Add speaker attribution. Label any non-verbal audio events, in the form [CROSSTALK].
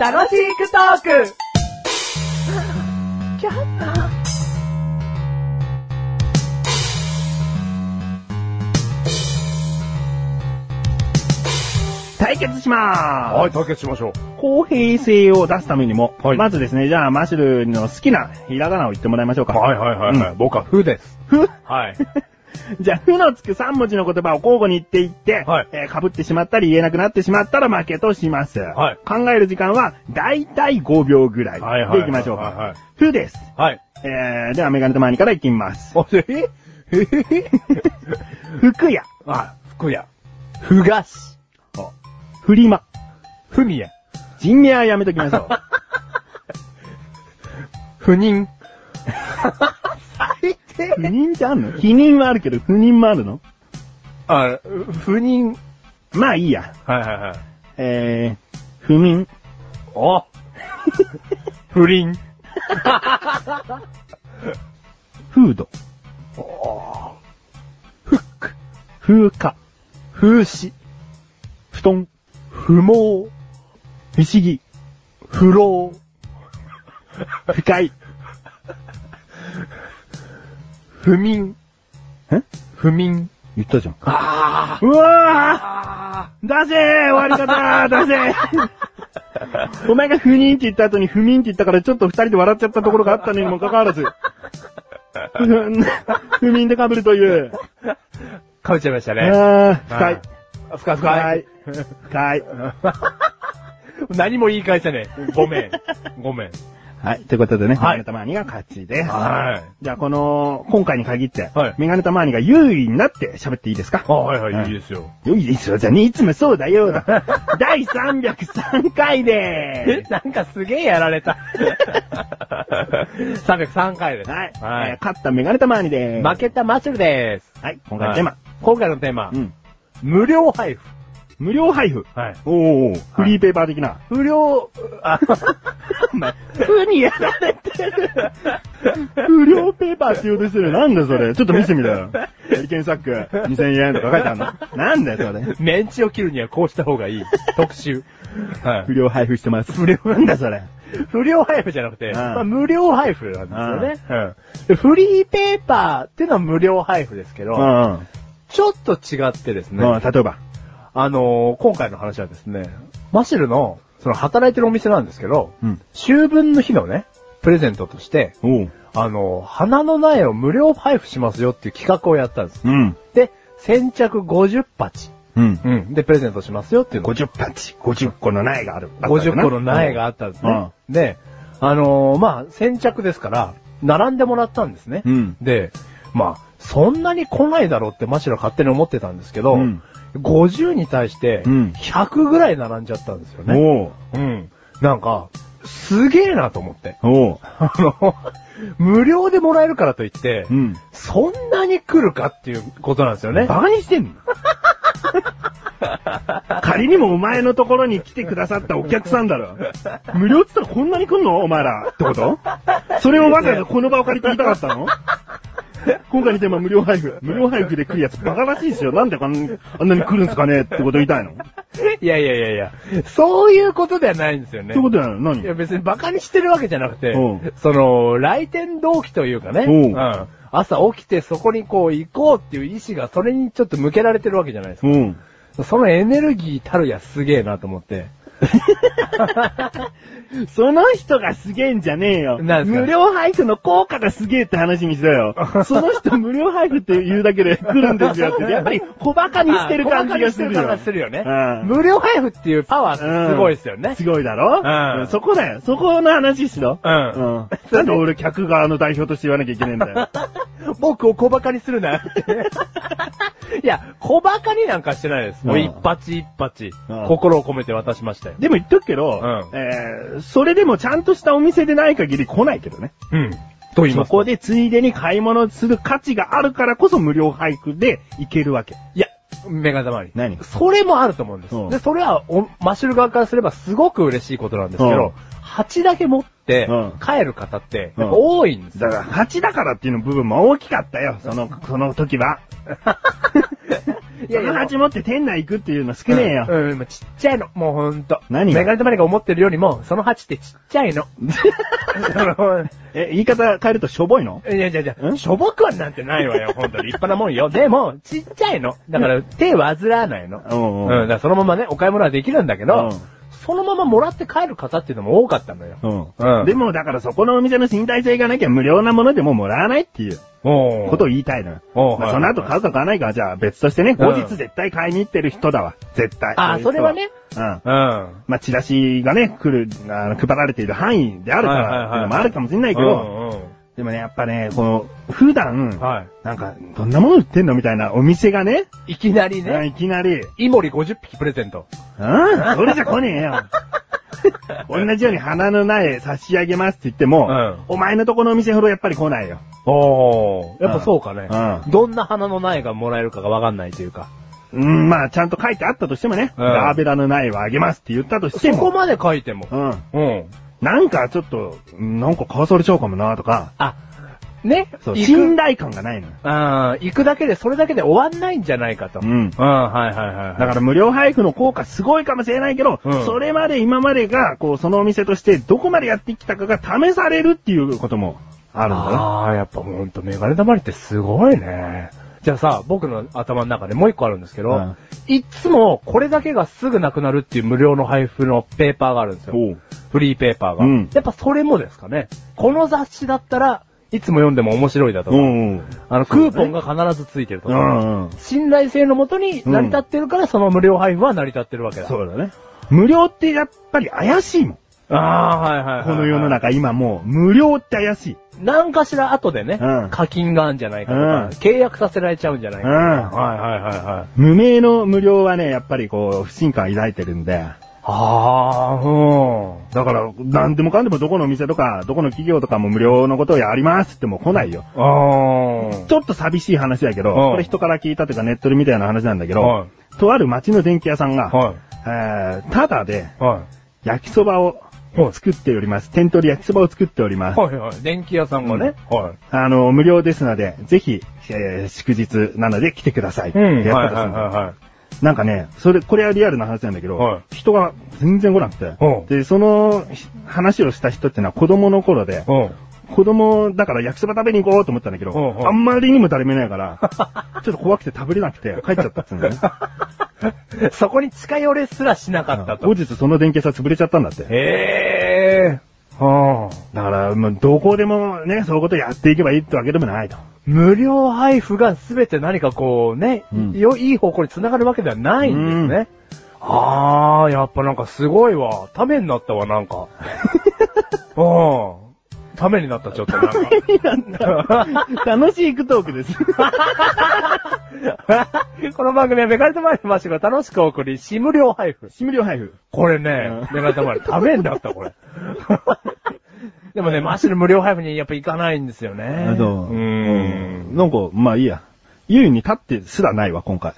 Speaker 1: 楽しくトーク
Speaker 2: 対決しま
Speaker 3: はい、対決しましょう。
Speaker 2: す。公平性を出すためにも、
Speaker 3: はい
Speaker 2: まずですね、じゃあ、マシュルの好きなひらがなを言ってもらいましょうか。
Speaker 3: はいはいはい、はい僕はふです。
Speaker 2: ふ
Speaker 3: はい。
Speaker 2: [LAUGHS] じゃあ、ふのつく3文字の言葉を交互に言っていって、
Speaker 3: はい
Speaker 2: えー被ってしまったり言えなくなってしまったら負けとします。
Speaker 3: はい
Speaker 2: 考える時間は、だいたい5秒ぐらい。
Speaker 3: はいはいはいはいはい
Speaker 2: でいきましょうか。ふです。
Speaker 3: はい。
Speaker 2: えー、では、メガネとマニからいき
Speaker 3: [LAUGHS]
Speaker 2: ます。
Speaker 3: あ、えええ
Speaker 2: 福屋、
Speaker 3: あ、福屋。ふがし。
Speaker 2: フリマ、
Speaker 3: ふみや。
Speaker 2: 人名はやめときましょう。
Speaker 3: 不妊。最低
Speaker 2: 不妊ってあんの否認はあるけど、不妊もあるの
Speaker 3: あ、不妊。
Speaker 2: まあいいや。
Speaker 3: はいはいはい。
Speaker 2: えー、不眠。
Speaker 3: お不倫。
Speaker 2: フード。フック。風化。風刺。布団。
Speaker 3: 不
Speaker 2: 不
Speaker 3: 毛。
Speaker 2: 思議。
Speaker 3: 不老。
Speaker 2: 不快。
Speaker 3: 不眠。
Speaker 2: え
Speaker 3: 不眠。
Speaker 2: 言ったじゃん。
Speaker 3: あ
Speaker 2: うわ
Speaker 3: あ。
Speaker 2: ー出せー終わり方ー出せ
Speaker 3: [LAUGHS]
Speaker 2: ーお前が不妊って言った後に不眠って言ったからちょっと二人で笑っちゃったところがあったのにもかかわらず。不不眠で被るという。
Speaker 3: かぶっちゃいましたね。
Speaker 2: あー、深い。
Speaker 3: あ。深
Speaker 2: 深
Speaker 3: い深
Speaker 2: い
Speaker 3: い。。
Speaker 2: 深い。
Speaker 3: 何も言い返せねえ。ごめん。ごめん。
Speaker 2: はい。ということでね、
Speaker 3: は
Speaker 2: メガ
Speaker 3: い
Speaker 2: ネタマーニが勝ちです。
Speaker 3: はい
Speaker 2: じゃあ、この、今回に限って、
Speaker 3: はい
Speaker 2: メガネタマーニが優位になって喋っていいですか
Speaker 3: あはい
Speaker 2: は
Speaker 3: はいい、いいですよ。
Speaker 2: 優位ですよ。じゃあね、いつもそうだ [LAUGHS] よ。第303回で。
Speaker 3: なんかすげえやられ [LAUGHS] た。303回ですす。
Speaker 2: はい。
Speaker 3: は
Speaker 2: えー
Speaker 3: い。
Speaker 2: 勝ったメガネタマーニです。
Speaker 3: 負けたマッシュルです。
Speaker 2: はい。今回のテーマ。
Speaker 3: はい。今回のテーマ
Speaker 2: う。ん。
Speaker 3: 無料配布。
Speaker 2: 無料配布。
Speaker 3: はい。
Speaker 2: おー、フリーペーパー的な。
Speaker 3: 不良、 [LAUGHS] あ、
Speaker 2: お前、ふにやられてる。不良ペーパーって言おうと [LAUGHS] してる。なんだよそれ。ちょっと見せてみろ [LAUGHS] よ。ハリケーンサック2000円とか書いてあ [LAUGHS] るの。なんだよそれ。
Speaker 3: [LAUGHS] メンチを切るにはこうした方がいい。特集。はい
Speaker 2: 不。良配布してます。不良なんだそれ。
Speaker 3: 不良配布じゃなくて、
Speaker 2: ん
Speaker 3: まあ、無料配布なんですよね。でフリーペーパーっていうのは無料配布ですけ
Speaker 2: う
Speaker 3: ど、
Speaker 2: んうん。
Speaker 3: ちょっと違ってですね、
Speaker 2: うん、例えば。
Speaker 3: あのー今回の話はですね、マシルの、その働いてるお店なんですけど、
Speaker 2: うん。
Speaker 3: 秋分の日のね、プレゼントとして、
Speaker 2: おう。
Speaker 3: あのー花の苗を無料配布しますよっていう企画をやったんです。
Speaker 2: うん。
Speaker 3: で、先着50鉢。
Speaker 2: うん。
Speaker 3: うん。で、プレゼントしますよっていうの。
Speaker 2: 50鉢、50個の苗がある。
Speaker 3: 50個の苗があったんですね。で、あのーまあ、先着ですから、並んでもらったんですね。
Speaker 2: うん
Speaker 3: で、まあ、そんなに来ないだろうってマシロ勝手に思ってたんですけど、
Speaker 2: うん
Speaker 3: 50に対して、
Speaker 2: うん
Speaker 3: 100ぐらい並んじゃったんですよね。
Speaker 2: おう。
Speaker 3: うん。なんか、すげえなと思って。 [LAUGHS]
Speaker 2: おう。
Speaker 3: あの、無料でもらえるからといって、
Speaker 2: うん。
Speaker 3: そんなに来るかっていうことなんですよね。
Speaker 2: バカにしてんの [LAUGHS] 仮にもお前のところに来てくださったお客さんだろ。無料って言ったらこんなに来んのお前ら。ってことそれをわざわざこの場を借りて言いたかったの今回のテーマ無料配布。無料配布で来るやつバカらしいですよ。なんでこんあんなに来るんすかねってこと言いたいのっ
Speaker 3: いやいやいやいや、そういうことではないんですよね。
Speaker 2: てことなの何
Speaker 3: いや別にバカにしてるわけじゃなくて
Speaker 2: うん、
Speaker 3: その、来店動機というかね、
Speaker 2: うん
Speaker 3: ん朝起きてそこにこう行こうっていう意志がそれにちょっと向けられてるわけじゃないですか。
Speaker 2: うん。
Speaker 3: そのエネルギーたるやすげえなと思って。
Speaker 2: その人がすげえんじゃねえよ。
Speaker 3: なんすか
Speaker 2: 無料配布の効果がすげえって話にしろよ。
Speaker 3: [LAUGHS]
Speaker 2: その人無料配布って言うだけで来るんですよって。やっぱり小馬鹿にしてる感じがするよ。
Speaker 3: あ小馬鹿にしてる感じがするよね。
Speaker 2: うん
Speaker 3: 無料配布っていうパワーすごいですよね。
Speaker 2: すごいだろ
Speaker 3: うん
Speaker 2: そこだよ。そこの話しろ。
Speaker 3: うん
Speaker 2: うん。なんで俺客側の代表として言わなきゃいけねえんだ
Speaker 3: [LAUGHS]
Speaker 2: よ。
Speaker 3: 僕を小馬鹿にするな。いや、小馬鹿になんかしてないです。もう一発一発
Speaker 2: うん、
Speaker 3: 心を込めて渡しましたよ。
Speaker 2: でも言っとくけど、
Speaker 3: うん
Speaker 2: えー、それでもちゃんとしたお店でない限り来ないけどね。
Speaker 3: うん。と言い
Speaker 2: そ
Speaker 3: ますと
Speaker 2: こでついでに買い物する価値があるからこそ無料配布で行けるわけ。
Speaker 3: いや、メガネ玉に。
Speaker 2: 何
Speaker 3: それもあると思うんです。
Speaker 2: うん
Speaker 3: で、それはお、マシュル側からすればすごく嬉しいことなんですけ
Speaker 2: うん
Speaker 3: ど、蜂だけ持って
Speaker 2: うん
Speaker 3: 帰る方って、
Speaker 2: うん
Speaker 3: やっぱ多いんです
Speaker 2: だ
Speaker 3: よ。 [LAUGHS]
Speaker 2: から、8だからっていうの部分も大きかったよ、その、その時は。いや、鉢持って店内行くっていうの少ねえよ。
Speaker 3: うん、うん、もうちっちゃいの。もうほんと。
Speaker 2: 何が
Speaker 3: メガネたまりが思ってるよりも、その鉢ってちっちゃ
Speaker 2: [LAUGHS]
Speaker 3: いの。その
Speaker 2: え、言い方変えるとしょぼいの
Speaker 3: いやいやい
Speaker 2: ん
Speaker 3: や、しょぼくはなんてないわよ。ほんと立派なもんよ。でも、ちっちゃいの。だから、手わずらわないの。
Speaker 2: うんうん
Speaker 3: だからそのままね、お買い物はできるんだけ
Speaker 2: う
Speaker 3: ど、
Speaker 2: ん
Speaker 3: そのままもらって帰る方っていうのも多かったのよ。
Speaker 2: う
Speaker 3: うん
Speaker 2: でも、だからそこのお店の身体性がなきゃ無料なものでももらわないっていう
Speaker 3: お
Speaker 2: ことを言いたいのよ。
Speaker 3: おう
Speaker 2: まあ
Speaker 3: はい
Speaker 2: その後買うか買わないかはじゃあ別としてね、後日絶対買いに行ってる人だわ。絶対。
Speaker 3: あー
Speaker 2: そういう人
Speaker 3: それはね。
Speaker 2: うん。
Speaker 3: うん。
Speaker 2: まあ、チラシがね、来る、あの、配られている範囲であるか
Speaker 3: はいはい
Speaker 2: ら、
Speaker 3: はい
Speaker 2: っていうのもあるかもしれないけど、
Speaker 3: う
Speaker 2: でもね、やっぱね、この、普段
Speaker 3: ん、は
Speaker 2: なんか、どんなもの売ってんのみたいなお店がね、
Speaker 3: い。いきなり
Speaker 2: うん
Speaker 3: ね、
Speaker 2: いきなり、
Speaker 3: イモリ50匹プレゼント。
Speaker 2: うん、それじゃ来ねえよ。
Speaker 3: [LAUGHS]
Speaker 2: 同じように花の苗差し上げますって言っても、
Speaker 3: うん
Speaker 2: お前のとこのお店ほどやっぱり来ないよ。
Speaker 3: おやっぱそうかね。
Speaker 2: う
Speaker 3: どんな花の苗がもらえるかがわかんないというか。
Speaker 2: うん、まあ、ちゃんと書いてあったとしてもね、
Speaker 3: うん
Speaker 2: ラーベラの苗はあげますって言ったとし
Speaker 3: そ
Speaker 2: て
Speaker 3: こ
Speaker 2: も、
Speaker 3: まで書いても。
Speaker 2: うん、
Speaker 3: うん。
Speaker 2: なんかちょっと、うんなんか買わされちゃうかもなとか、
Speaker 3: あ、ね
Speaker 2: そう、
Speaker 3: 行
Speaker 2: 信
Speaker 3: く
Speaker 2: 頼感がないのよ。
Speaker 3: あー行くだけで、それだけで終わんないんじゃないかと。
Speaker 2: う
Speaker 3: うん、
Speaker 2: ん。
Speaker 3: はいはいはいはい。
Speaker 2: だから無料配布の効果すごいかもしれないけど、
Speaker 3: うん
Speaker 2: それまで今までが、こう、そのお店としてどこまでやってきたかが試されるっていうこともあるんだな。
Speaker 3: ああ、やっぱほんとメガネ溜まりってすごいね。じゃあさ、僕の頭の中でもう一個あるんですけど、
Speaker 2: うん
Speaker 3: いつもこれだけがすぐなくなるっていう無料の配布のペーパーがあるんですよ。
Speaker 2: おう
Speaker 3: フリーペーパーが、
Speaker 2: うん
Speaker 3: やっぱそれもですかね。この雑誌だったらいつも読んでも面白いだと
Speaker 2: う
Speaker 3: か、
Speaker 2: んうん。
Speaker 3: あのクーポンが必ずついてると
Speaker 2: う
Speaker 3: か、
Speaker 2: んうん。
Speaker 3: 信頼性のもとに成り立ってるから、その無料配布は成り立ってるわけだ。
Speaker 2: そうだね。無料ってやっぱり怪しいもん。
Speaker 3: ああ、はいはいはいはい
Speaker 2: この世の。中今もう、無料って怪しい。
Speaker 3: なんかしら後でね、
Speaker 2: うん
Speaker 3: 課金があるんじゃないかと
Speaker 2: うん
Speaker 3: か、契約させられちゃうんじゃないかとか、
Speaker 2: うん
Speaker 3: はいはいはいはい。
Speaker 2: 無名の無料はね、やっぱりこう、不信感抱いてるんで。
Speaker 3: ああ、うん。
Speaker 2: だから、何でもかんでもどこのお店とか、どこの企業とかも無料のことをやりますってもう来ないよ。
Speaker 3: ああ。
Speaker 2: ちょっと寂しい話だけど、
Speaker 3: うん
Speaker 2: これ人から聞いたというかネットで見たような話なんだけど、
Speaker 3: は
Speaker 2: とある町の電気屋さんが、
Speaker 3: は
Speaker 2: えーただで
Speaker 3: い。は
Speaker 2: 焼きそばを
Speaker 3: い。はい。
Speaker 2: 作っております。店頭で焼きそばを作っております。
Speaker 3: はいはい。電気屋さんがね。はい。
Speaker 2: あの、無料ですので、ぜひ、えー祝日なので来てください。ってや
Speaker 3: は
Speaker 2: っ
Speaker 3: い
Speaker 2: た
Speaker 3: は
Speaker 2: と
Speaker 3: い
Speaker 2: するの
Speaker 3: は
Speaker 2: なんかね、それ、これはリアルな話なんだけど、
Speaker 3: は
Speaker 2: 人が全然来なくて、
Speaker 3: うん
Speaker 2: で、そのひ話をした人ってのは子供の頃で
Speaker 3: い。、うん。
Speaker 2: 子供だから焼きそば食べに行こうと思ったんだけど、
Speaker 3: うんうん
Speaker 2: あんまりにも誰もいない
Speaker 3: [LAUGHS]
Speaker 2: から、ちょっと怖くて食べれなくて帰っちゃったっつうのね。
Speaker 3: そこに近寄れすらしなかった
Speaker 2: 後
Speaker 3: と。
Speaker 2: 日その電気屋さん潰れちゃったんだって。
Speaker 3: へえ。はあ。
Speaker 2: だから、もうどこでもね、そういうことやっていけばいいってわけでもないと。
Speaker 3: 無料配布が全て何かこうね、
Speaker 2: うん
Speaker 3: よいい方向に繋がるわけではないんですね。ああ、やっぱなんかすごいわ。ためになったわ、なん [LAUGHS] か。うん。ためになった、ちょっと [LAUGHS] なんか。
Speaker 2: 楽しいクトーク
Speaker 3: [LAUGHS]
Speaker 2: です。
Speaker 3: この番組はメガネとマイルマシュが楽しくお送り、シム料配布。
Speaker 2: 無料配布。
Speaker 3: これね、
Speaker 2: うん
Speaker 3: メガネとマイル食べんだった、こ
Speaker 2: [LAUGHS]
Speaker 3: れ。でもね、マシュル無料配布にやっぱ行かないんですよね。
Speaker 2: あそう
Speaker 3: うん。
Speaker 2: なんか、まあいいや。優位に立ってすらないわ、今回。